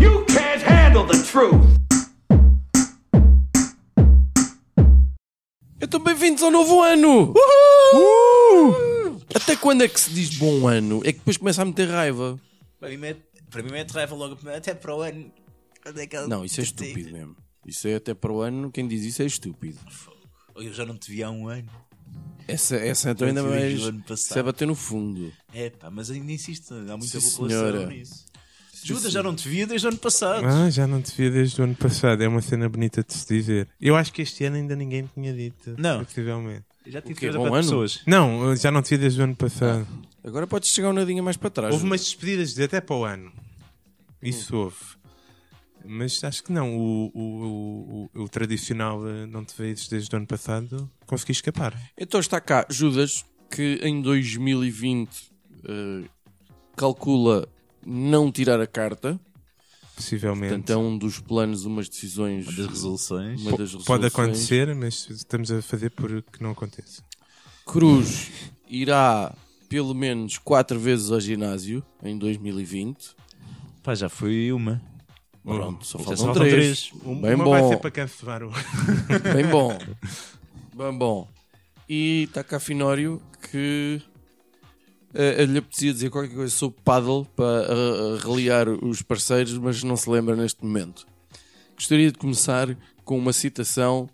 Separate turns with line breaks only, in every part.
You can't handle the truth.
Então bem-vindos ao novo ano! Uh! Até quando é que se diz bom ano? É que depois começa a meter raiva.
Para mim, mete- para mim mete raiva logo até para o ano. Quando é que ele-
Não, isso é estúpido mesmo. Isso é até para o ano, quem diz isso é estúpido.
Eu já não te vi há um ano.
Essa, essa então ainda
Eu tive
mais.
o ano passado.
Isso é bater no fundo.
É pá, mas ainda insisto, há muita
Sim,
população
senhora.
nisso. Judas, já não te via desde o ano passado.
Ah, já não te via desde o ano passado. É uma cena bonita de se dizer. Eu acho que este ano ainda ninguém me tinha dito.
Não.
Possivelmente.
Eu Já tive
quê?
que
Bom
para
ano?
pessoas.
Não, eu já não te via desde o ano passado.
Agora podes chegar um nadinha mais para trás.
Ah, Houve umas despedidas de até para o ano. Isso houve. Mas acho que não. O, o, o, o tradicional eh, não te veio desde o ano passado. Consegui escapar.
Então está cá Judas, que em 2020 eh, calcula não tirar a carta.
Possivelmente.
Portanto, é um dos planos, umas decisões.
Das resoluções.
Uma das
Pode
resoluções.
acontecer, mas estamos a fazer por que não aconteça.
Cruz irá pelo menos 4 vezes ao ginásio em 2020.
Pá, já foi uma.
Hum.
Pronto, só
Já
faltam
faltam
3.
três.
Um-
Bem
uma vai ser
bom,
para cancelar o.
bem bom. Bem bom. E está cá Finório que eh, lhe apetecia dizer qualquer coisa sobre paddle para eh, reliar os parceiros, mas não se lembra neste momento. Gostaria de começar com uma citação,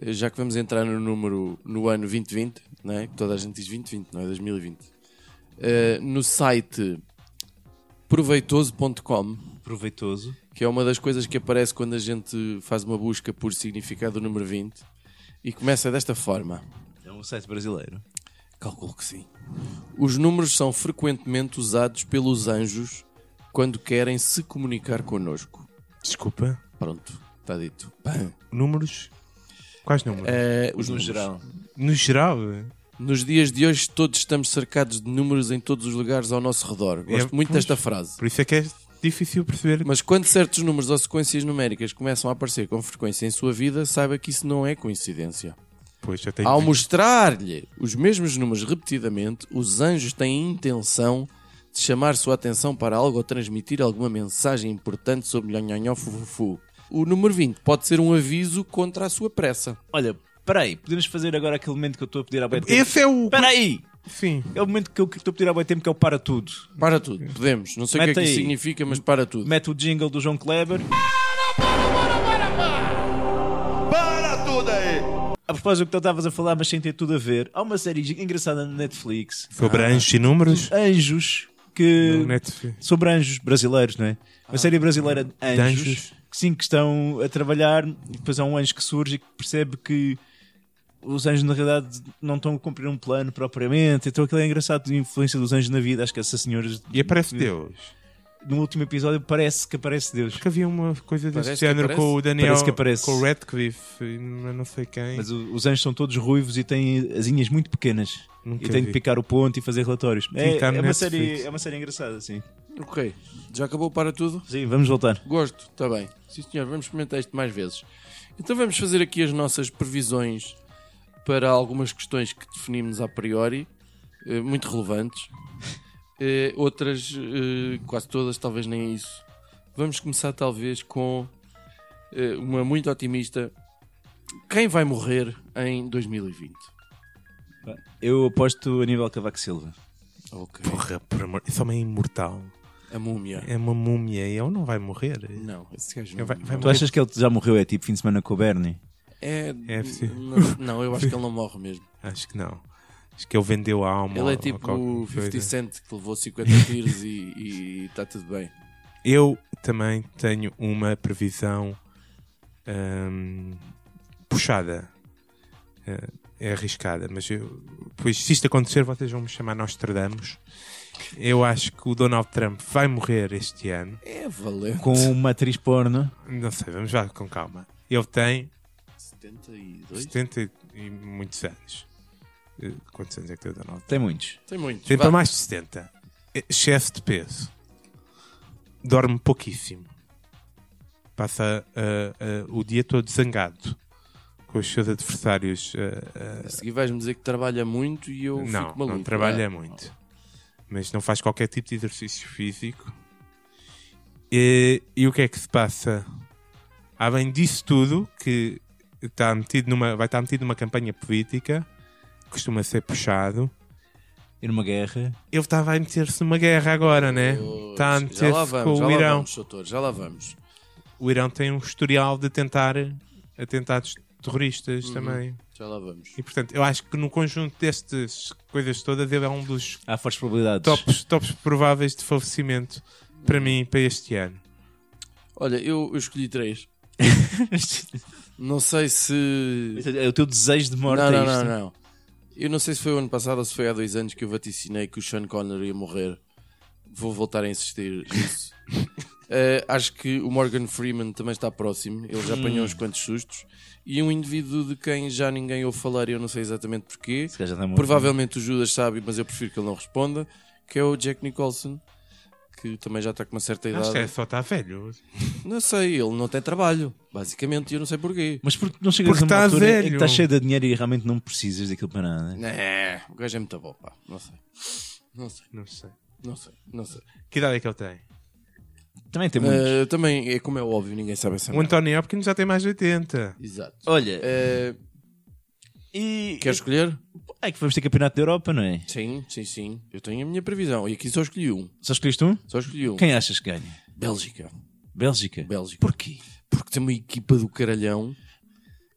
eh, já que vamos entrar no número no ano 2020, não é? toda a gente diz 2020, não é 2020. Eh, no site proveitoso.com,
Proveitoso.
que é uma das coisas que aparece quando a gente faz uma busca por significado do número 20 e começa desta forma.
É um site brasileiro.
Calculo que sim. Os números são frequentemente usados pelos anjos quando querem se comunicar connosco.
Desculpa.
Pronto, está dito. Bam.
Números? Quais números?
Eh, os
Os no
números.
geral.
No geral, eh,
Nos dias de hoje todos estamos cercados de números em todos os lugares ao nosso redor. Gosto
É,
muito
pois.
desta frase.
por isso é que é difícil perceber.
Mas quando certos números ou sequências numéricas começam a aparecer com frequência em sua vida, saiba que isso não é coincidência.
Pois, eu tenho
Ao
que-
mostrar-lhe os mesmos números repetidamente, os anjos têm a intenção de chamar sua atenção para algo ou transmitir alguma mensagem importante sobre nhonhonhó fufufu. O número 20 pode ser um aviso contra a sua pressa.
Olha, peraí, podemos fazer agora aquele momento que eu estou a pedir há bem tempo.
Esse é o.
Peraí!
Sim.
É o momento que eu que estou a pedir há bem tempo que é o para tudo.
Para tudo, podemos. Não sei o que é
Mete
que isso
aí.
significa, mas para tudo.
Mete o jingle do João Kleber.
Para tudo aí.
A propósito do que tu estavas a falar, mas sem ter tudo a ver, há uma série engraçada na Netflix.
Sobre anjos e números.
Anjos que.
Netflix.
sobre anjos brasileiros, não é? Uma série brasileira de anjos,
De Ah. anjos.
Que, sim, que estão a trabalhar e depois há um anjo que surge e que percebe que os anjos na realidade não estão a cumprir um plano propriamente. Então aquilo é engraçado, a influência dos anjos na vida. Acho que essa senhora,
E aparece Deus.
no um último episódio, parece que aparece Deus.
Porque havia uma coisa desse
Parece que
género
aparece.
com o Daniel.
Parece que aparece.
Com o Radcliffe, e mas não sei quem.
Mas o- os anjos são todos ruivos e têm asinhas muito pequenas.
Nunca
e têm de
vi.
picar o ponto e fazer relatórios.
que
É,
estar no
é uma
Netflix.
série, é uma série engraçada, sim.
Ok, já acabou para tudo?
Sim, vamos voltar.
Gosto, está bem. Sim, senhor, vamos experimentar isto mais vezes. Então vamos fazer aqui as nossas previsões para algumas questões que definimos a priori, eh, muito relevantes. Eh, Outras, eh, quase todas, talvez nem isso. Vamos começar, talvez, com eh, uma muito otimista. Quem vai morrer em 2020?
Eu aposto a nível Cavaco Silva.
Ok.
Porra, por amor. Esse homem é imortal.
A múmia.
É uma múmia e ele não vai morrer.
Não, esse gajo
Ele
não.
vai, vai
Tu
morrer.
achas que ele já morreu? É tipo fim de semana com o Bernie?
É,
É possível.
não, não, eu acho que ele não morre mesmo.
Acho que não. Acho que ele vendeu a alma.
Ele é
ou
tipo o
qualquer
50
coisa.
Cent que levou 50 tiros e está tudo bem.
Eu também tenho uma previsão hum, puxada. Eh, é arriscada, mas eu, pois, se isto acontecer, vocês vão me chamar Nostradamus. Eu acho que o Donald Trump vai morrer este ano.
É valente.
Com uma atriz porno?
Não sei, vamos lá com calma. Ele tem
72?
70 e muitos anos. Eh, Quantos anos é que tem o Donald Trump?
Tem muitos.
Tem muitos.
Tem
Vá.
para mais de É 70. Excesso de peso. Dorme pouquíssimo. passa ah, ah, o dia todo zangado com os seus adversários. ah, ah,
A seguir vais-me dizer que trabalha muito e eu
não,
fico maluco.
não trabalha
Ah,
muito, mas não faz qualquer tipo de exercício físico. E, e o que é que se passa? Além disso tudo, que está metido numa, vai estar metido numa campanha política, costuma ser puxado.
Ir numa guerra.
Ele está a meter-se numa guerra agora, né?
pois,
Está a
já lá
meter-se
vamos,
com
já
o
lá
Irão.
vamos, doutor, já lá vamos.
O Irão tem um historial de tentar atentados terroristas
Uhum.
também.
Já lá vamos.
E portanto, eu acho que no conjunto destas coisas todas, ele é um dos
Há fortes probabilidades.
tops, tops prováveis de falecimento para mim para este ano.
Olha, eu, eu escolhi três. Não sei se.
é o teu desejo de morte.
Não,
é
não, não,
isto?
não. Eu não sei se foi o ano passado ou se foi há dois anos que eu vaticinei que o Sean Connery ia morrer. Vou voltar a insistir nisso. Eh, acho que o Morgan Freeman também está próximo. Ele já apanhou
Hum.
uns quantos sustos. E um indivíduo de quem já ninguém ouve falar e eu não sei exatamente porquê.
Se calhar já está morto.
Provavelmente o Judas sabe, mas eu prefiro que ele não responda. Que é o Jack Nicholson. Que também já está com uma certa
Acho que é
idade.
só está velho.
é.
Não sei, ele não tem trabalho. Basicamente, e eu não sei porquê.
Mas porque não chegas
Porque
a uma
tá
altura em
velho.
que estás cheio de dinheiro e realmente não precisas daquilo para nada. né?
Né, o gajo é muito bom, pá. Não sei. Não sei,
Não sei.
não sei, não sei.
Que idade é que ele tem?
Também tem muitos.
Eh, também, é como é óbvio, ninguém sabe essa
O
merda.
Anthony Hopkins já tem mais de 80.
Exato.
Olha,
Eh,
e...
quer escolher?
é que vamos ter campeonato da Europa, não é?
Sim, sim, sim. Eu tenho a minha previsão. E aqui só escolhi um.
Só escolheste um?
Só escolhi um.
Quem achas que ganha?
Bélgica.
Bélgica.
Bélgica.
Porquê?
Porque tem uma equipa do caralhão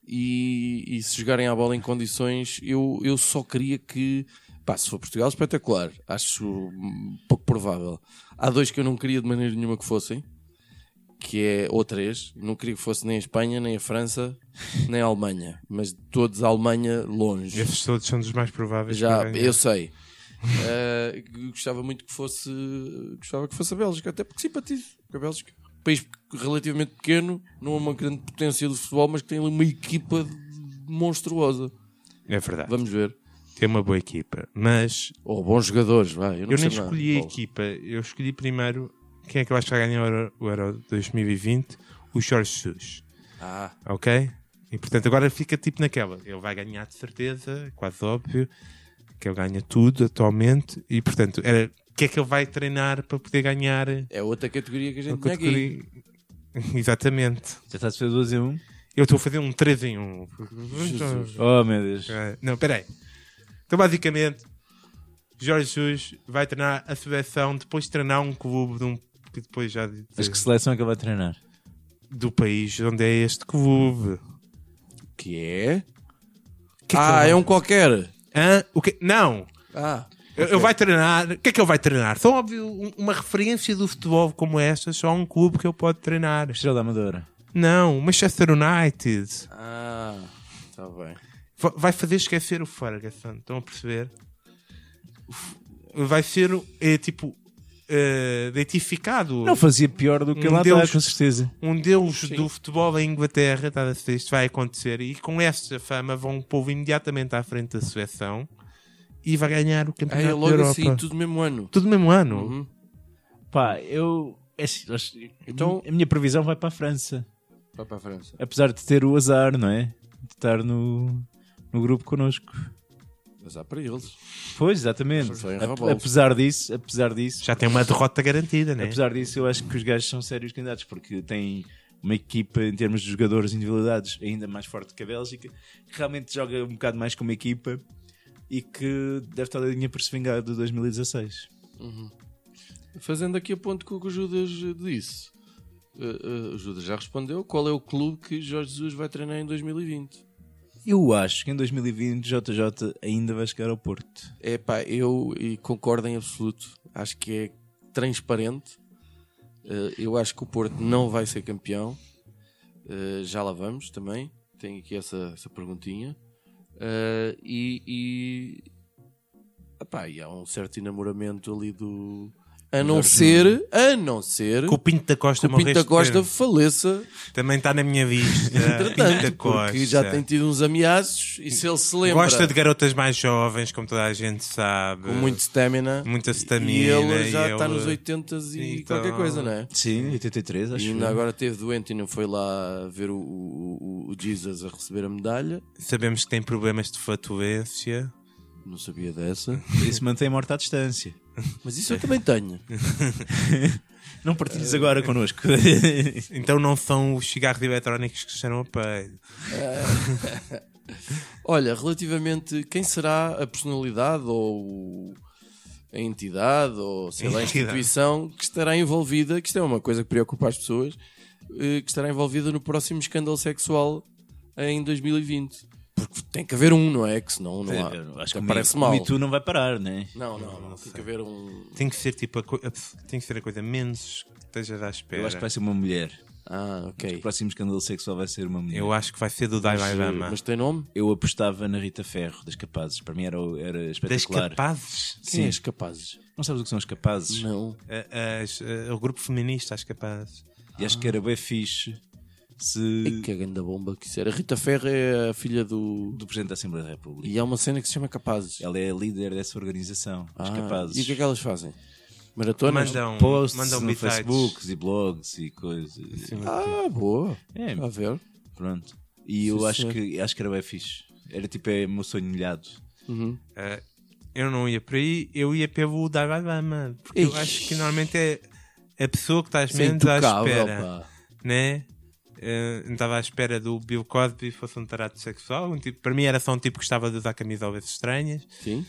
e, e se jogarem à bola em condições, eu, eu só queria que. Pá, se for Portugal, espetacular. Acho hum, pouco provável. Há dois que eu não queria de maneira nenhuma que fossem, que é, ou três, não queria que fosse nem a Espanha, nem a França, nem a Alemanha, mas todos a Alemanha longe.
Esses todos são dos mais prováveis.
Já,
para ganhar.
eu sei. Eh, gostava muito que fosse gostava que fosse a Bélgica, até porque simpatizo com a Bélgica. Um país relativamente pequeno, não é uma grande potência de futebol, mas que tem ali uma equipa monstruosa.
É verdade.
Vamos ver.
Tem uma boa equipa. Mas
Ou bons jogadores, vai. Eu, não
eu
sei
nem
nada de
escolhi a
futebol.
equipa. Eu escolhi primeiro quem é que eu acho que vai ganhar o Euro, o Euro 2020. O Jorge Jesus.
Ah,
Ok? E portanto agora fica tipo naquela. Ele vai ganhar de certeza, quase óbvio, que ele ganha tudo atualmente. E portanto, era o que é que ele vai treinar para poder ganhar
é outra categoria que a
a
gente tem aqui.
categoria? Exatamente.
Já estás a fazer 2 em 1? Um?
Eu estou a fazer um 3 em 1.
Oh, meu Deus.
Não, peraí. Então, basicamente, Jorge Jesus vai treinar a seleção, depois treinar um clube de um, que depois já de-
Mas que seleção é que ele vai treinar?
do país onde é este clube.
Que é?
Que
ah,
que
é
ele
um qualquer.
vai- Hã? O que... Não!
Ah,
Ele vai treinar. O que é que ele vai treinar? Só óbvio, um- uma referência do futebol como esta, só há um clube que ele pode treinar.
Estrela da Amadora.
Não, o Manchester United.
ah, está bem.
Va- vai fazer esquecer o Ferguson, estão a perceber? O F- Vai ser é, tipo eh, identificado
Não fazia pior do que
Um
lá
deles-
está, com certeza.
um deus do futebol da Inglaterra, está a dizer, isto vai acontecer e com esta fama vão o povo imediatamente à frente da seleção e vai ganhar o
Ah,
campeonato
é
da
logo
Europa.
assim,
tudo...
tudo Uhum. no mesmo ano.
no mesmo ano.
Pá, eu... é assim, acho-
Então-
A minha previsão vai para a França.
Vai para a França.
Apesar de ter o azar, não é? De estar no, no grupo connosco.
Mas há para eles.
Pois, exatamente.
Foi em
Ape-
Rabaul.
apesar disso, apesar disso,
Já tem uma derrota garantida, né?
apesar disso, eu acho que os gajos são sérios candidatos porque têm uma equipa em termos de jogadores individualidades ainda mais forte que a Bélgica, que realmente joga um bocado mais como equipa e que deve estar a linha para se vingar de 2016.
Fazendo aqui a ponto com o que o Judas eh, disse. Eh, eh, o Judas já respondeu. Qual é o clube que Jorge Jesus vai treinar em 2020?
Eu acho que em 2020 JJ ainda vai chegar ao Porto.
É pá, eu e concordo em absoluto. Acho que é transparente. Eh, eu acho que o Porto não vai ser campeão. Eh, já lá vamos também. Tenho aqui essa, essa perguntinha. Eh, e, e, epá, e há um certo enamoramento ali do. A não ser, a não ser
Que o
que
Pinto da Costa
o Pinto
morreste
da
de
Costa
cancro.
faleça,
Também está na minha vista. Pinto da
entretanto,
Costa.
porque já tem tido uns ameaços e se ele se lembra
Gosta de garotas mais jovens, como toda a gente sabe.
com muito stamina,
muita
e
stamina,
ele já
e
está
ele-
nos 80 e
Então-
qualquer coisa, não é?
Sim, 83, acho
E
que
ainda agora esteve doente e não foi lá ver o, o, o- o Jesus a receber a medalha.
Sabemos que tem problemas de fatuência.
Não sabia dessa.
Isso mantém morta à distância.
Mas isso eu também tenho.
Não partilhes agora connosco.
Então não são os cigarros eletrónicos que cheiram a peido.
Olha, relativamente quem será a personalidade ou a entidade ou sei lá, a
Entidade.
instituição que estará envolvida, que isto é uma coisa que preocupa as pessoas, eh, que estará envolvida no próximo escândalo sexual em 2020. Porque tem que haver um, não é? Que senão não há.
acho que
parece
o
mal.
Me Too não vai parar, né?
Não, não, não. Tem que haver um.
Tem que ser tipo a, co- a- tem que ser a coisa menos que estejas à espera.
Eu acho que vai ser uma mulher.
Ah,
O
ok.
próximo escândalo sexual vai ser uma mulher. Eu,
vai ser do Dalai Lama.
Mas tem nome?
apostava na Rita Ferro, das Capazes. Para mim era, o- era
Das
espetacular.
capazes.
Quem
Sim.
é os capazes?
Não sabes o que são os Capazes?
Não.
A- as- a- o grupo feminista, as capazes.
E acho que era bem fixe
E
se...
que grande bomba que isso era. Rita Ferro é a filha do.
do Presidente da Assembleia da República.
E há uma cena que se chama Capazes.
Ela é a líder dessa organização, os
Ah,
Capazes. Hum,
E o que é que elas fazem? Maratonas?
Mandam,
Posts
mandam
no
bitites.
Facebook e blogs e coisas.
Ah, boa.
É,
Está a ver.
pronto. E eu acho que, acho que era bem fixe. Era tipo é, meu sonho molhado.
Ah, eu não ia por aí, eu ia pelo Dalai Lama. Porque eu
Ixi.
acho que normalmente é a pessoa que estás
Isso é
menos à
intocável,
espera.
pá.
né? Eh, não estava à espera do Bill Cosby fosse um tarado sexual. Um tipo, para mim era só um tipo que gostava de usar camisolas estranhas.
Sim.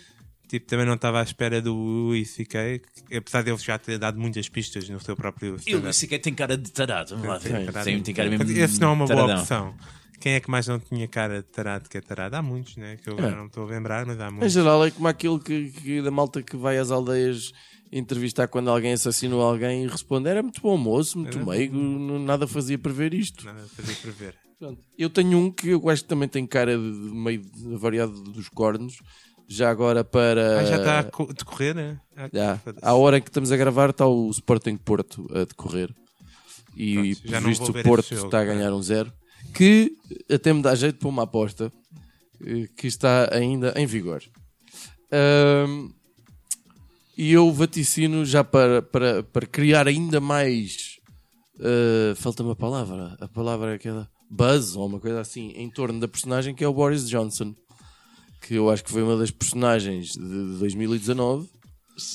Tipo, também não estava à espera do Louis C.K., que, apesar de ele já ter dado muitas pistas no seu próprio. stand-up.
sequer tem cara de tarado. Vamos lá
ver.
Tarado.
Tem, tem cara mesmo
Portanto,
de
Esse não é uma boa
taradão.
opção. Quem é que mais não tinha cara de tarado que é tarado? Há muitos, né?
É.
Que eu agora não me estou a lembrar, mas há
Em
muitos.
geral é como aquilo que, que da malta que vai às aldeias entrevistar quando alguém assassinou alguém e responde era muito bom moço, muito meigo, n- nada fazia para ver isto.
Nada a fazer para ver.
Pronto. Eu tenho um que eu acho que também tem cara de de meio de- variado dos cornos. Já agora para...
Ah, já está a co- decorrer, né? Ah,
Eh, Já.
foda-se.
À hora que estamos a gravar está o Sporting Porto a decorrer. E,
Pronto, já
por
não
visto
vou ver
o Porto
esse jogo, né?
está a
cara.
ganhar um zero. Que até me dá jeito para uma aposta eh, que está ainda em vigor. Ahm, e eu vaticino já para, para, para criar ainda mais. eh, Falta-me a palavra. A palavra é aquela buzz ou uma coisa assim em torno da personagem que é o Boris Johnson. Que eu acho que foi uma das personagens de 2019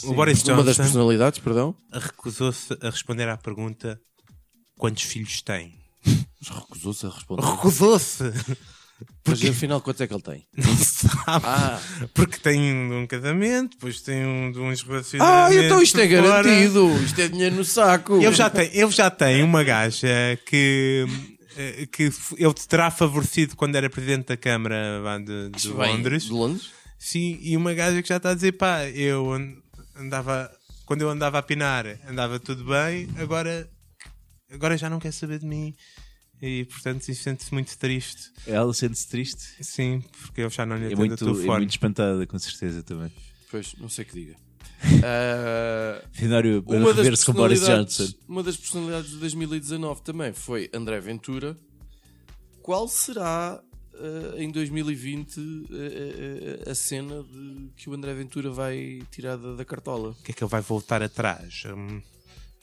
O Boris
uma das
Johnson
personalidades, perdão.
recusou-se a responder à pergunta: quantos filhos tem?
Mas recusou-se a responder.
Recusou-se!
Mas afinal, quanto é que ele tem?
Não sabe.
Ah.
Porque tem um, de um casamento, depois tem um de uns
Ah,
relacionamentos.
então isto é
fora.
garantido. Isto é dinheiro no saco.
Ele já tem, ele já tem uma gaja que. eh, Que f- ele te terá favorecido quando era presidente da Câmara lá de, de
Bem,
Londres.
De Londres?
Sim, e uma gaja que já está a dizer: pá, eu an- andava. Quando eu andava a pinar, andava tudo bem, agora, agora já não quer saber de mim. E portanto, isso sente-se muito triste.
Ela sente-se triste.
Sim, porque eu já não lhe
É
atendo
muito,
o
é
telefone.
muito espantada, com certeza também.
Pois, não sei que diga. Ah,
Finório,
uma,
para
das
rever-se com Boris Johnson.
personalidades, uma das personalidades de 2019 também foi André Ventura. Qual será ah, em 2020 ah, ah, ah, a cena de- que o André Ventura vai tirar da, da cartola?
O que é que ele vai voltar atrás? Hum,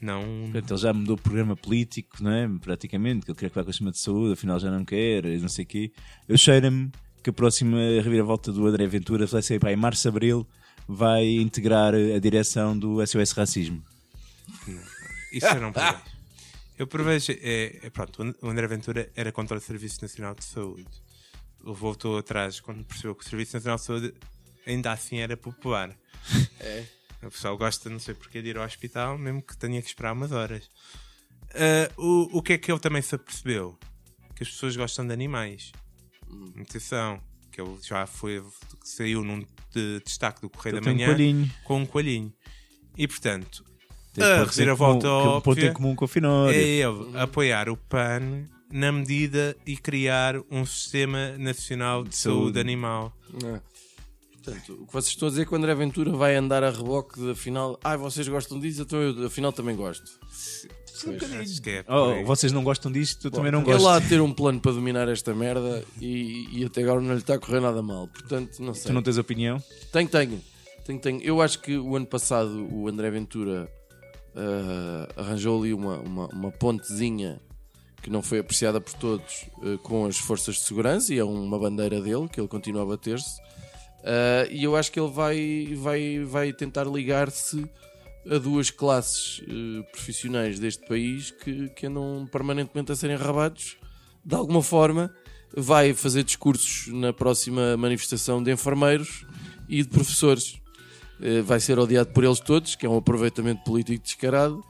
não.
Portanto, ele já mudou o programa político, não é? Praticamente, que ele queria acabar com a sistema de saúde, afinal já não quer, e não sei o quê. Eu cheiro-me que a próxima reviravolta do André Ventura vai ser pá, em março, abril, vai integrar a direção do SOS Racismo.
Isso eu não prevejo. Eu prevejo. É, é, pronto, o André Ventura era contra o Serviço Nacional de Saúde. Ele voltou atrás quando percebeu que o Serviço Nacional de Saúde ainda assim era popular. É. O pessoal gosta, não sei porquê, de ir ao hospital, mesmo que tenha que esperar umas horas. Ah, o, o que é que ele também se apercebeu? Que as pessoas gostam de animais.
Hum.
Atenção, que ele já foi, saiu num de- destaque do Correio
Ele
da
tem um
Manhã
coelhinho.
com um coelhinho. E portanto,
Tem
Ah,
pontos em
reviravolta
comum, que é um ponto
óbvia.
em comum com o Finório.
é ele apoiar o PAN na medida e criar um sistema nacional de, saúde. animal.
É. Portanto, o que vocês estão a dizer é que o André Ventura vai andar a reboque de afinal, ai, vocês gostam disso, então eu afinal também gosto.
Acho que é por
Oh,
aí.
vocês não gostam disto, eu também não
é
gosto.
lá a ter um plano para dominar esta merda e, e até agora não lhe está a correr nada mal. Portanto, não sei.
Tu Então não tens opinião?
Tenho, tenho. Tenho, tenho. Eu acho que o ano passado o André Ventura ah, arranjou ali uma, uma, uma pontezinha que não foi apreciada por todos ah, com as forças de segurança e é uma bandeira dele que ele continua a bater-se. Ah, e eu acho que ele vai, vai, vai tentar ligar-se a duas classes eh, profissionais deste país que, que andam permanentemente a serem rabados. De alguma forma, vai fazer discursos na próxima manifestação de enfermeiros e de professores. Eh, Vai ser odiado por eles todos, que é um aproveitamento político descarado,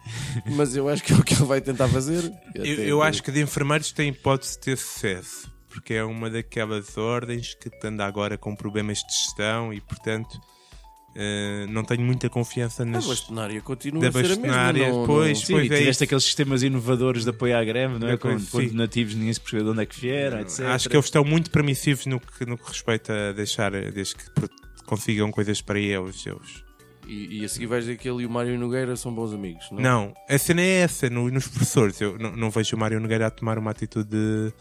mas eu acho que é o que ele vai tentar fazer.
Eu, eu acho que de enfermeiros tem hipótese de ter sucesso, porque é uma daquelas ordens que anda agora com problemas de gestão e, portanto, eh, não tenho muita
Ah,
confiança
a
nas.
bastonária Ah, continua
Da
a ser a mesma.
bastonária,
Não,
pois,
não-
Sim,
Pois
e
é
tiveste
isso.
aqueles sistemas inovadores de apoio à greve, não é?
Eu
Com
consigo.
fundos nativos, ninguém se percebeu de onde é que vieram, etc.
Acho que eles estão muito permissivos no que, no que respeita a deixar, desde que pro- consigam coisas para eles. eles.
E, e a seguir vais dizer que ele e o Mário Nogueira são bons amigos, não?
Não, a cena é essa, no- nos professores. Eu não, não vejo o Mário Nogueira a tomar uma atitude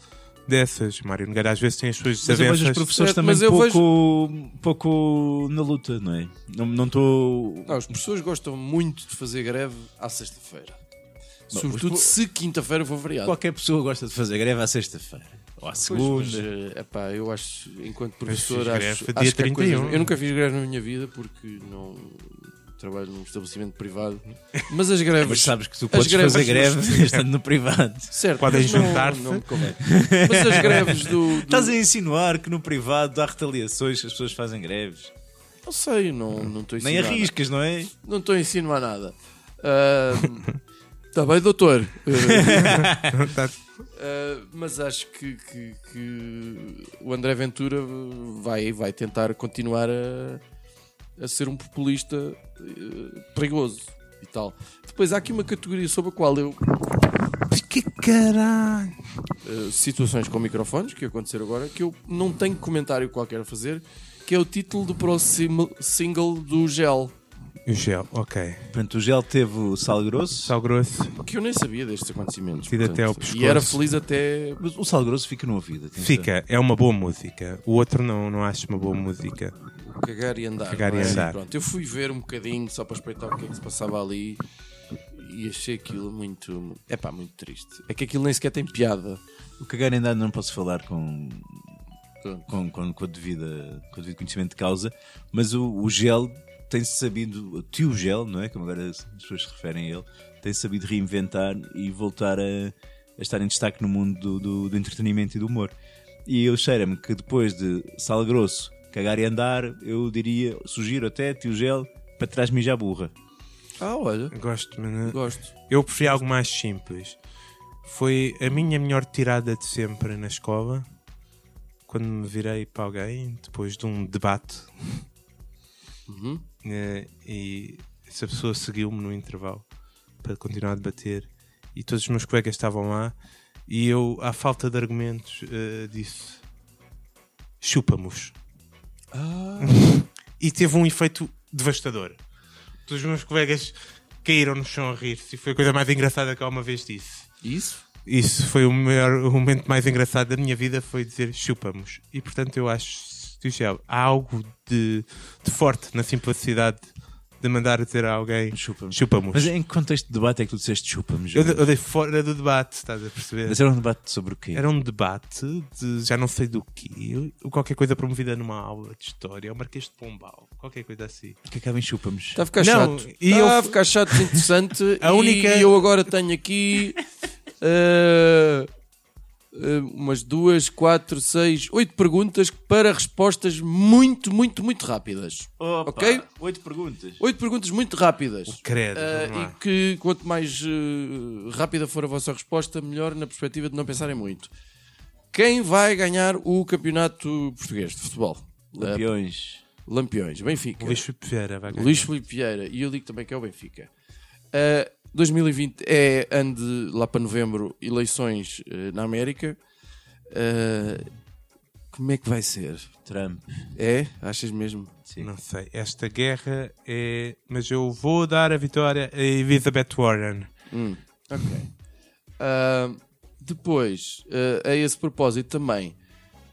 dessas. O Mário Nogueira às vezes tem as suas
Mas eu vejo os
desavenças.
professores
Certo,
também
É, mas eu
pouco, pouco na luta, não é? Não- Não estou.
Não, os professores gostam muito de fazer greve à sexta-feira. Sobretudo
os po-
se quinta-feira for feriado.
Qualquer pessoa gosta de fazer greve à sexta-feira ou à
Pois,
segunda.
mas, eh, epá, eu acho, enquanto
fiz
professor,
greve
acho,
dia
acho que há
31.
coisas- Eu nunca fiz greve na minha vida porque não trabalho num estabelecimento privado. Mas as greves.
Mas sabes que tu podes
greves-
fazer greve estando no privado.
Certo,
Podem
mas não-
juntar-se.
não me convém. Mas as greves do. do
Estás a insinuar que no privado há retaliações que as pessoas fazem greves.
não sei, não, não estou a
Nem
ensinar nada.
arriscas, não é?
Não estou a ensinar nada. Está bem, doutor. Ah,
Tá-
Uh, mas acho que, que- que o André Ventura vai, vai tentar continuar a, a ser um populista uh, perigoso e tal. Depois há aqui uma categoria sobre a qual eu.
Que caralho!
uh, situações com microfones, que aconteceram agora, que eu não tenho comentário qualquer a fazer, que é o título do próximo single do Gel.
O gel, ok.
Portanto, o gel teve o sal grosso.
Sal grosso.
Que eu nem sabia destes acontecimentos.
Tive até ao
e era
pescoço.
feliz até.
Mas o sal grosso fica no ouvido. atenção.
Fica, é uma boa música. O outro não, não acho uma boa música.
Cagar e andar.
Cagar
não
e
é?
andar.
Pronto, eu fui ver um bocadinho só para espreitar o que é que se passava ali e achei aquilo muito. É pá, muito triste. É que aquilo nem sequer tem piada.
O cagar em dado não posso falar com,
Pronto.
com, com, com, a devida, com o devido conhecimento de causa, mas o, o gel tem-se sabido, o tio gel, não é? Como agora as pessoas se referem a ele, tem-se sabido reinventar e voltar a, a estar em destaque no mundo do, do- do entretenimento e do humor. E eu cheiro-me que depois de Sal Grosso, Cagar e Andar, eu diria, sugiro até tio gel para trás mijar burra.
Ah, olha,
Gosto, mas não-
gosto.
eu preferi algo mais simples. Foi a minha melhor tirada de sempre na escola. Quando me virei para alguém, depois de um debate, Eh, e essa pessoa seguiu-me no intervalo para continuar a debater, e todos os meus colegas estavam lá, e eu, à falta de argumentos, eh, disse: chupa-mos. e teve um efeito devastador. Todos os meus colegas caíram no chão a rir-se e foi a coisa mais engraçada que alguma vez disse.
Isso?
Isso foi o, maior, o momento mais engraçado da minha vida, foi dizer chupamos. E portanto eu acho, Tichel, há algo de, de forte na simplicidade de mandar a dizer a alguém
Chupa-me.
chupamos.
Mas em que contexto de debate é que tu disseste chupa-me, Gel?
Eu, de- eu dei fora do debate, estás a perceber?
Mas era um debate sobre o quê?
Era um debate de já não sei do que, qualquer coisa promovida numa aula de história, o Marquês de Pombal, um qualquer coisa assim.
Que acaba em chupa-me.
Está a ficar
Não,
chato.
e
Está
eu-
a ficar chato interessante.
A
e-
única-
E eu agora tenho aqui. eh, eh, umas duas, quatro, seis, oito perguntas para respostas muito, muito, muito rápidas. Ok?
Oito perguntas.
Oito perguntas muito rápidas.
Credo,
Ah,
vamos lá.
e que quanto mais eh, rápida for a vossa resposta, melhor na perspectiva de não pensarem muito. Quem vai ganhar o campeonato português de futebol? Eh,
Campeões.
Lampiões, Benfica.
O Luís Filipe Vieira vai ganhar.
Luís Filipe Vieira. E eu digo também que é o Benfica. Ah, 2020 é ano de, lá para novembro, eleições eh, na América. Ah, Como é que vai ser?
Trump.
É? Achas mesmo?
Sim.
Não sei, esta guerra é. Mas eu vou dar a vitória a Elizabeth Warren.
Ok. Ah, depois, ah, a esse propósito também,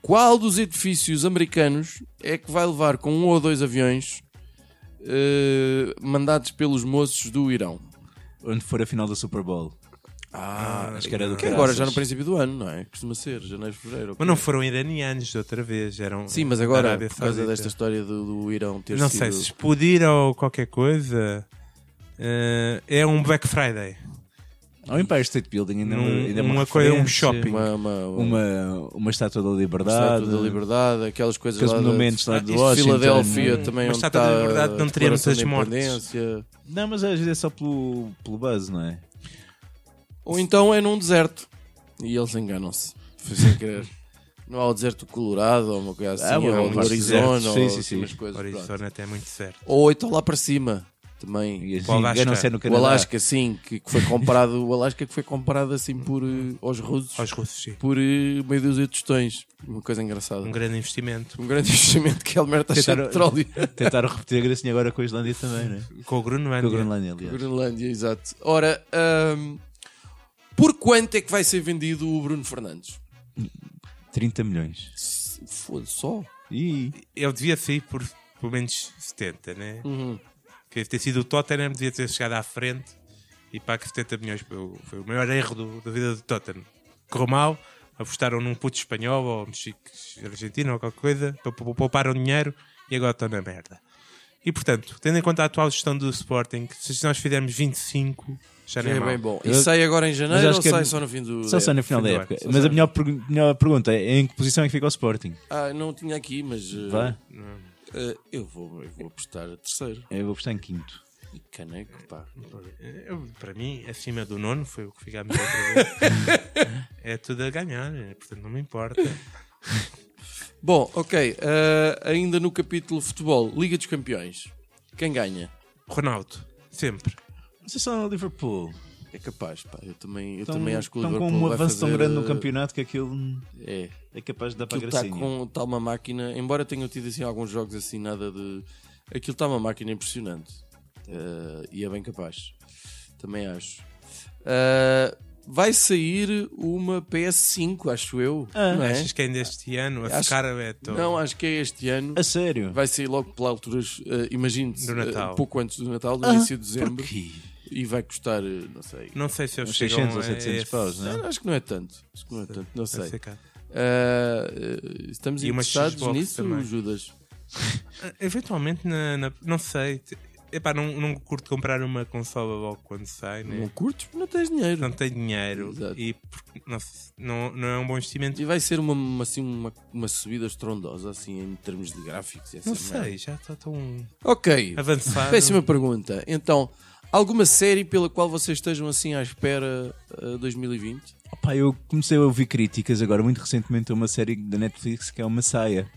qual dos edifícios americanos é que vai levar com um ou dois aviões ah, mandados pelos moços do Irão?
Onde for a final da Super Bowl.
Ah,
acho que era do
que agora
caraças.
já no princípio do ano, não é? Costuma ser, janeiro, fevereiro.
Mas não foram iranianos de outra vez, eram.
Sim, mas agora,
Arábia
por causa
Saudita.
desta história do, do Irão ter
Não
sido...
sei, se explodir ou qualquer coisa. eh, é um Black Friday.
Ao Empire State Building ainda, é uma-
Num-
ainda é
uma
uma
coisa, um
referência.
shopping.
Uma, uma,
Uma, uma estátua da liberdade.
Estátua da Liberdade, aquelas coisas
Aqueles
lá
monumentos
da,
lá de
Ah, e
Washington.
Filadélfia
Hum,
também é
mas
onde
Estátua da
está
Liberdade não
a
teria
Declaração
muitas
da
mortes.
Independência.
Não, mas às vezes é só pelo, pelo buzz, não é?
Ou então é num deserto. E eles enganam-se. Foi sem querer. Não há o deserto do Colorado ou uma coisa assim,
Ah, bom, há
ou do
vários
Arizona,
desertos.
ou
Sim, sim, sim.
umas coisas. pronto.
Arizona até muito certo.
Ou então lá para cima também.
E assim,
O Alasca.
enganam-se é no
O
Canadá.
Alasca, sim, que, que foi comparado, o Alasca que foi comparado assim por eh, aos russos
Aos russos, sim.
por eh, meio dúzia de tostões. Uma coisa engraçada.
Um grande investimento.
Um grande investimento que a Elmer está é cheio de
Tentaram-
petróleo.
Tentaram repetir a gracinha agora com a Islândia também, não é?
Com o Groenlândia.
Com a Groenlândia, aliás.
Groenlândia, exato. Ora, ahm, por quanto é que vai ser vendido o Bruno Fernandes?
30 milhões.
Se- Foda-se só.
Ih,
Ele devia sair por pelo menos 70, né?
Uhum.
Deve ter sido o Tottenham, devia ter chegado à frente e paga 70 milhões. Foi o- Foi o maior erro do- da vida do Tottenham. Correu mal, apostaram num puto espanhol ou mexico argentino ou qualquer coisa, pou- pou- pouparam dinheiro e agora estão na merda. E portanto, tendo em conta a atual gestão do Sporting, se nós fizermos 25, já não
É
é, mal.
bem bom. E
Eu-
sai agora em
Mas
janeiro
acho
ou
que é-
sai só no fim do.
só sai no final
fim
da
do
época.
ano, só
Mas a
sai.
melhor, pergu- melhor pergunta é em que posição é que fica o Sporting?
Ah, não tinha aqui, mas. eh,
Vá,
eh, eu, vou, eu vou apostar a terceiro.
eu vou apostar em quinto.
E caneco, pá.
Eu, para mim, acima do nono foi o que ficámos outra vez. é tudo a ganhar, eh, portanto não me importa.
Bom, ok. ah, ainda no capítulo futebol, Liga dos Campeões. Quem ganha?
Ronaldo, sempre.
Vocês são o Liverpool.
É capaz, pá. Eu também, eu
Estão-
também acho que o
estão
Liverpool
com um
vai
avanço tão
fazer,
grande no
eh,
campeonato que aquilo
É.
é capaz de dar para a
aquilo está
gracinha.
com tá uma máquina, embora tenham tido assim alguns jogos assim nada de. Aquilo está uma máquina impressionante. Eh, e é bem capaz. Também acho. Eh, vai sair uma PS5, acho eu. não é?
Ah, Achas que ainda este ano a
Acho-
ficar é todo.
Não, acho que é este ano.
A sério?
Vai sair logo pela alturas, eh, imagino-se,
Do Natal. Ah,
eh, pouco antes do Natal, do início de dezembro.
Porquê?
E vai custar, eh, não sei.
Não sei se eles
Uns
chegam
600 ou 700 paus, não é?
Ah, Acho que não é tanto. Acho que não é tanto, não
Deve
sei.
ser caro.
Eh, eh, estamos
E uma
interessados
Xbox
nisso,
também.
Judas?
Ah, Eventualmente, na, na- não sei. Te- Epá, não, não curto comprar uma consola logo quando sai, né?
Não curtes porque não tens dinheiro.
Não tenho dinheiro
Hum. Exato.
e porque não, se- não, não é um bom investimento.
E vai ser uma, uma- assim, uma, uma subida estrondosa assim, em termos de gráficos. e essa
Não
merda.
sei, já está tão
Ok.
avançado.
Péssima pergunta. Então, alguma série pela qual vocês estejam assim à espera uh, 2020?
Opa, eu comecei a ouvir críticas agora muito recentemente a uma série da Netflix que é uma saia.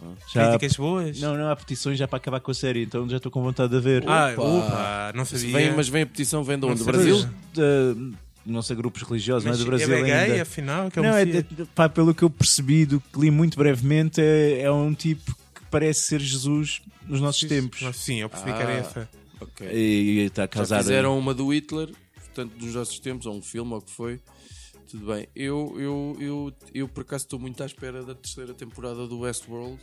Ah.
Já
Críticas boas?
Não, não há petições já para acabar com a série, então já estou com vontade de ver.
Ah,
Opa.
opa, não
Se
sabia.
Vem, mas vem a petição, vem de
Não
onde? Do
sei.
Brasil?
De- não sei, grupos religiosos, não é
Mas
do Brasil
ele é gay,
ainda.
afinal, aquele
Não, é,
Messias.
é- pá, pelo que eu percebi, do que li muito brevemente, é, é um tipo que parece ser Jesus nos nossos tempos.
Mas Sim, eu percebi que era
Ah.
essa.
Ok.
E tá e está a
Já
casar.
fizeram uma do Hitler, portanto, dos nossos tempos, ou um filme, ou o que foi. Tudo bem. Eu, eu, eu, eu por acaso, estou muito à espera da terceira temporada do Westworld.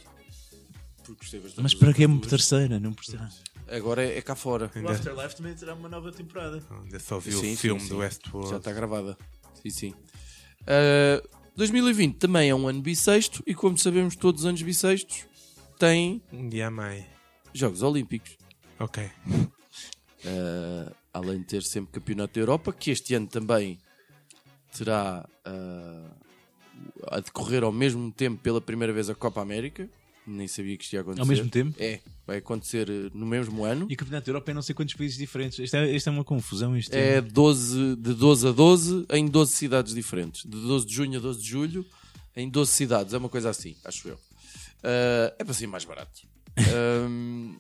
Porque gostei bastante
Mas
das
para que é uma
outras
terceira? Não percebo.
duas. Agora é, é cá fora.
O
Afterlife também terá uma nova temporada.
Ainda só vi
Sim,
o
sim,
filme
sim.
do
Já
Westworld.
está gravada. Sim, sim. Ah, 2020 também é um ano bissexto e, como sabemos, todos os anos bissextos têm
Um dia a mais.
Jogos Olímpicos.
Ok.
Ah, além de ter sempre Campeonato da Europa, que este ano também terá ah, a decorrer ao mesmo tempo pela primeira vez a Copa América. Nem sabia que isto ia acontecer.
Ao mesmo tempo?
É, vai acontecer eh, no mesmo ano.
E o Campeonato da Europa é não sei quantos países diferentes. Isto é, isto é uma confusão. Isto
é 12, de 12 a 12 em 12 cidades diferentes. De 12 de junho a 12 de julho em 12 cidades. É uma coisa assim, acho eu. Ah, é para Ehm, ser mais barato. Ahm,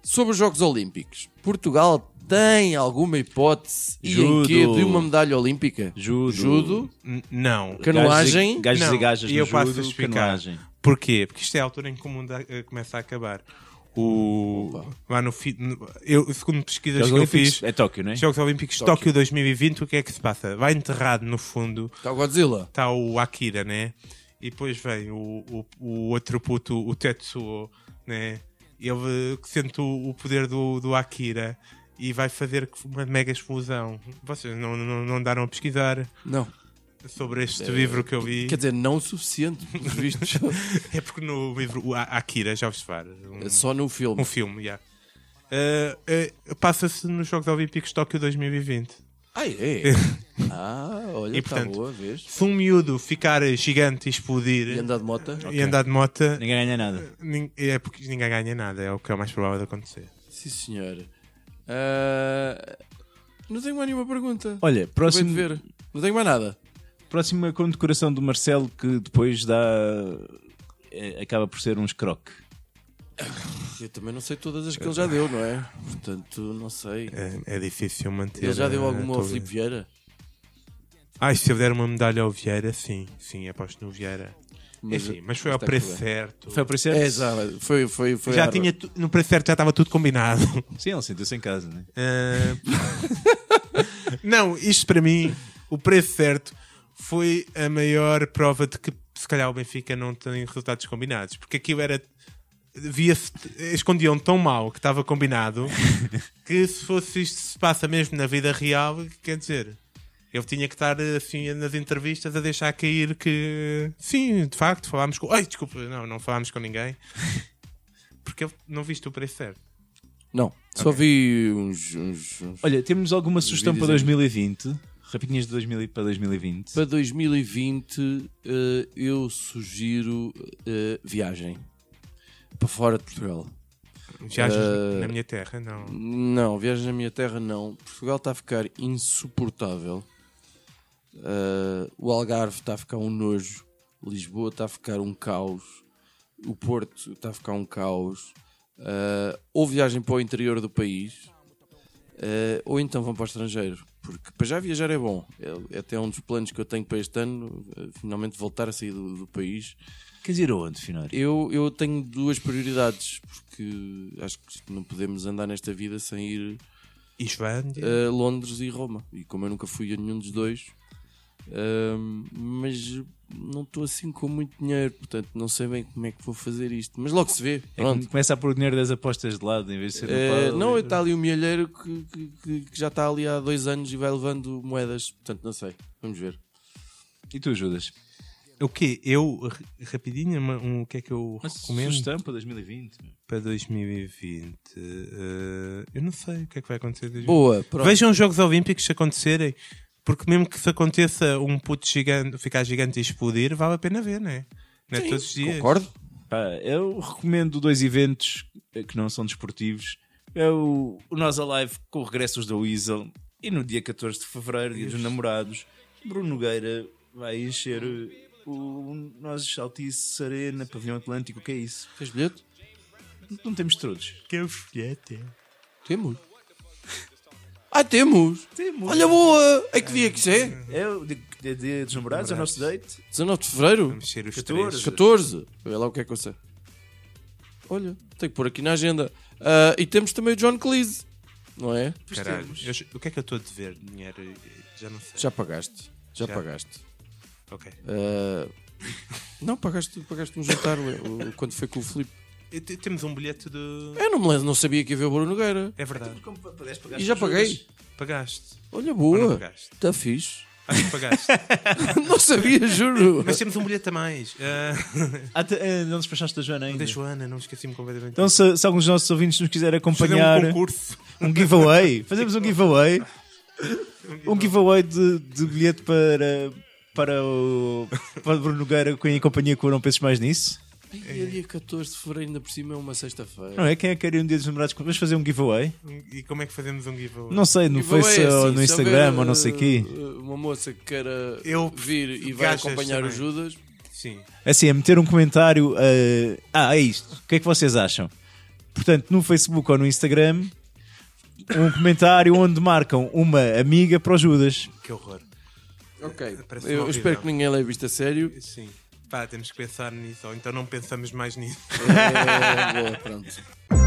sobre os Jogos Olímpicos. Portugal tem alguma hipótese e em
Judo.
quê de uma medalha olímpica?
Judo.
Judo,
N- Não.
canoagem,
é Gajos
Não,
e gajas
e
no
eu
judo,
passo a explicar.
canoagem.
Porquê? Porque isto é a altura em que o mundo eh, começa a acabar. O... Lá no fi... no- eu, segundo pesquisas
Jogos
que eu
Olímpicos.
fiz,
É Tóquio, não é?
Jogos Olímpicos Tóquio. 2020, o que é que se passa? Vai enterrado no fundo,
está o Godzilla.
está o Akira, né? E depois vem o, o, o outro puto, o Tetsuo, né? Ele eh, que sente o, o poder do, do Akira e vai fazer uma mega explosão. Vocês não, não, não andaram a pesquisar
Não.
sobre
Eh,
este livro que eu vi?
Quer dizer, não o suficiente, pelos vistos.
É porque no livro o A- Akira, já vos falar, um,
Só no filme.
um filme, já. Eh, eh, Passa-se nos Jogos Olímpicos Tóquio 2020.
Ah, é? Ah, olha,
E,
está
portanto,
boa, vês?
Se um miúdo ficar gigante e explodir
E andar de moto?
e andar de moto,
Ninguém ganha nada.
nin- é porque ninguém ganha nada, é o que é o mais provável de acontecer.
Sim, senhor. Ah, não tenho mais nenhuma pergunta.
Olha,
Acabei de
próximo,
ver. Não tenho mais nada.
próxima condecoração do Marcelo que depois dá. é, acaba por ser um escroque.
Eu também não sei todas as que ele já deu, não é? Portanto, não sei.
É, é difícil manter.
Ele já deu
eh,
alguma ao
todo-
Filipe Vieira?
Ah, e se eu der uma medalha ao Vieira, sim, sim, aposto no Vieira. Mas, Enfim, É, mas foi ao
está
preço
tudo
certo.
Foi por isso?
É, já, foi, foi, foi
já
à-
tinha tu- no preço certo já estava tudo combinado.
Sim, ele sentiu-se em casa, né?
Ah, não, isto para mim, o preço certo foi a maior prova de que se calhar o Benfica não tem resultados combinados, porque aquilo era via-se, escondiam tão mal que estava combinado que se fosse isto se passa mesmo na vida real, quer dizer, eu tinha que estar assim nas entrevistas a deixar cair que sim, de facto, falámos com. Ai, desculpa, não, não falámos com ninguém. Porque eu não viste o preço certo.
Não, só vi uns, uns- uns-
Olha, temos alguma sugestão para
vídeos
2020? Rapidinhas de 2000 para 2020.
Para 2020, eh, eu sugiro eh, viagem para fora de Portugal.
Viagens
Ah.
na minha terra, não.
Não, viagem na minha terra não. Portugal está a ficar insuportável. Ah, o Algarve está a ficar um nojo. Lisboa está a ficar um caos. O Porto está a ficar um caos. Ah, ou viagem para o interior do país, ah, ou então vão para o estrangeiro. Porque para já viajar é bom. É, é até um dos planos que eu tenho para este ano, ah, finalmente voltar a sair do- do país.
Queres ir aonde, Finório?
Eu, eu tenho duas prioridades, porque acho que não podemos andar nesta vida sem ir
Islândia.
a Londres e Roma. E como eu nunca fui a nenhum dos dois, ahm, mas não estou assim com muito dinheiro, portanto não sei bem como é que vou fazer isto. Mas logo se vê,
É que
pronto.
começa a pôr o dinheiro das apostas de lado em vez de ser
Eh,
no pau.
não, está ali o milheiro que, que- que- que já está ali há dois anos e vai levando moedas, portanto não sei, vamos ver.
E tu, Judas?
O quê? Eu, r- rapidinho, uma- um, o que é que eu
Uma
recomendo
sugestão para 2020. meu.
para 2020? Eh, eu não sei o que é que vai acontecer. em 2020.
Boa, pronto.
Vejam os Jogos Olímpicos se acontecerem, porque mesmo que se aconteça um puto gigante, ficar gigante e explodir, vale a pena ver, não é? Não é todos os dias.
Concordo?
Pá, eu recomendo dois eventos eh, que não são desportivos. É o, o Nós Alive com regressos da Weasel e no dia 14 de Fevereiro, dia dos namorados, Bruno Nogueira vai encher eh, o Nós Altice, Serena, Pavilhão Atlântico, o que é isso?
Tens bilhete?
Não temos todos.
Que é folhete.
Temos. Ah, temos!
Temos.
Olha boa! É que dia que isso é?
É o dia, dia- dia dos namorados, é o nosso date.
19 de Fevereiro?
Vamos ser os
14.
três.
14? Olha lá o que é que eu sei. Olha, tenho que pôr aqui na agenda. Ah, e temos também o John Cleese, não é?
Caralho, eu- o que é que eu estou a dever? de Dinheiro? Já não sei.
Já pagaste. Já,
Já.
pagaste.
Ok.
Ah, não, pagaste, pagaste um jantar o- o- quando foi com o Filipe.
E te- Temos um bilhete de.
Eu não me lembro, não sabia que ia ver o Bruno Nogueira.
É verdade.
Como pa- pudeste pagar
E já
as pessoas.
paguei.
Pagaste.
Olha,
Ou não
boa.
pagaste?
Está fixe.
Acho que pagaste.
não sabia, juro.
Mas temos um bilhete a mais. Ah,
Ah, te- eh, não despachaste a Joana ainda.
da Joana, não me esqueci-me completamente.
Então, se, se alguns dos nossos ouvintes nos quiserem
Fazer
acompanhar.
um concurso.
Um giveaway. Fazemos um giveaway. Um giveaway de, de bilhete para, para o para o Bruno Nogueira com- em companhia com o Não Penses Mais Nisso.
E dia 14 de Fevereiro, ainda por cima, é uma sexta-feira.
Não é? Quem é que queria um dia dos namorados? Vamos fazer um giveaway?
E como é que fazemos um giveaway?
Não sei, no
Giveaway
Face
é
ou
assim,
no
se
Instagram
houver,
ou não sei o quê.
uh, Uma moça que queira
Eu-
vir e vai
gajas
acompanhar
também.
o Judas.
Sim.
É assim, é meter um comentário. eh, Ah, é isto. O que é que vocês acham? Portanto, no Facebook ou no Instagram, um comentário onde marcam uma amiga para o Judas.
Que horror.
Ok,
Parece
eu
horrível.
espero que ninguém leve isto a sério.
Sim. Pá, temos que pensar nisso, ou então não pensamos mais nisso.
É, boa, pronto.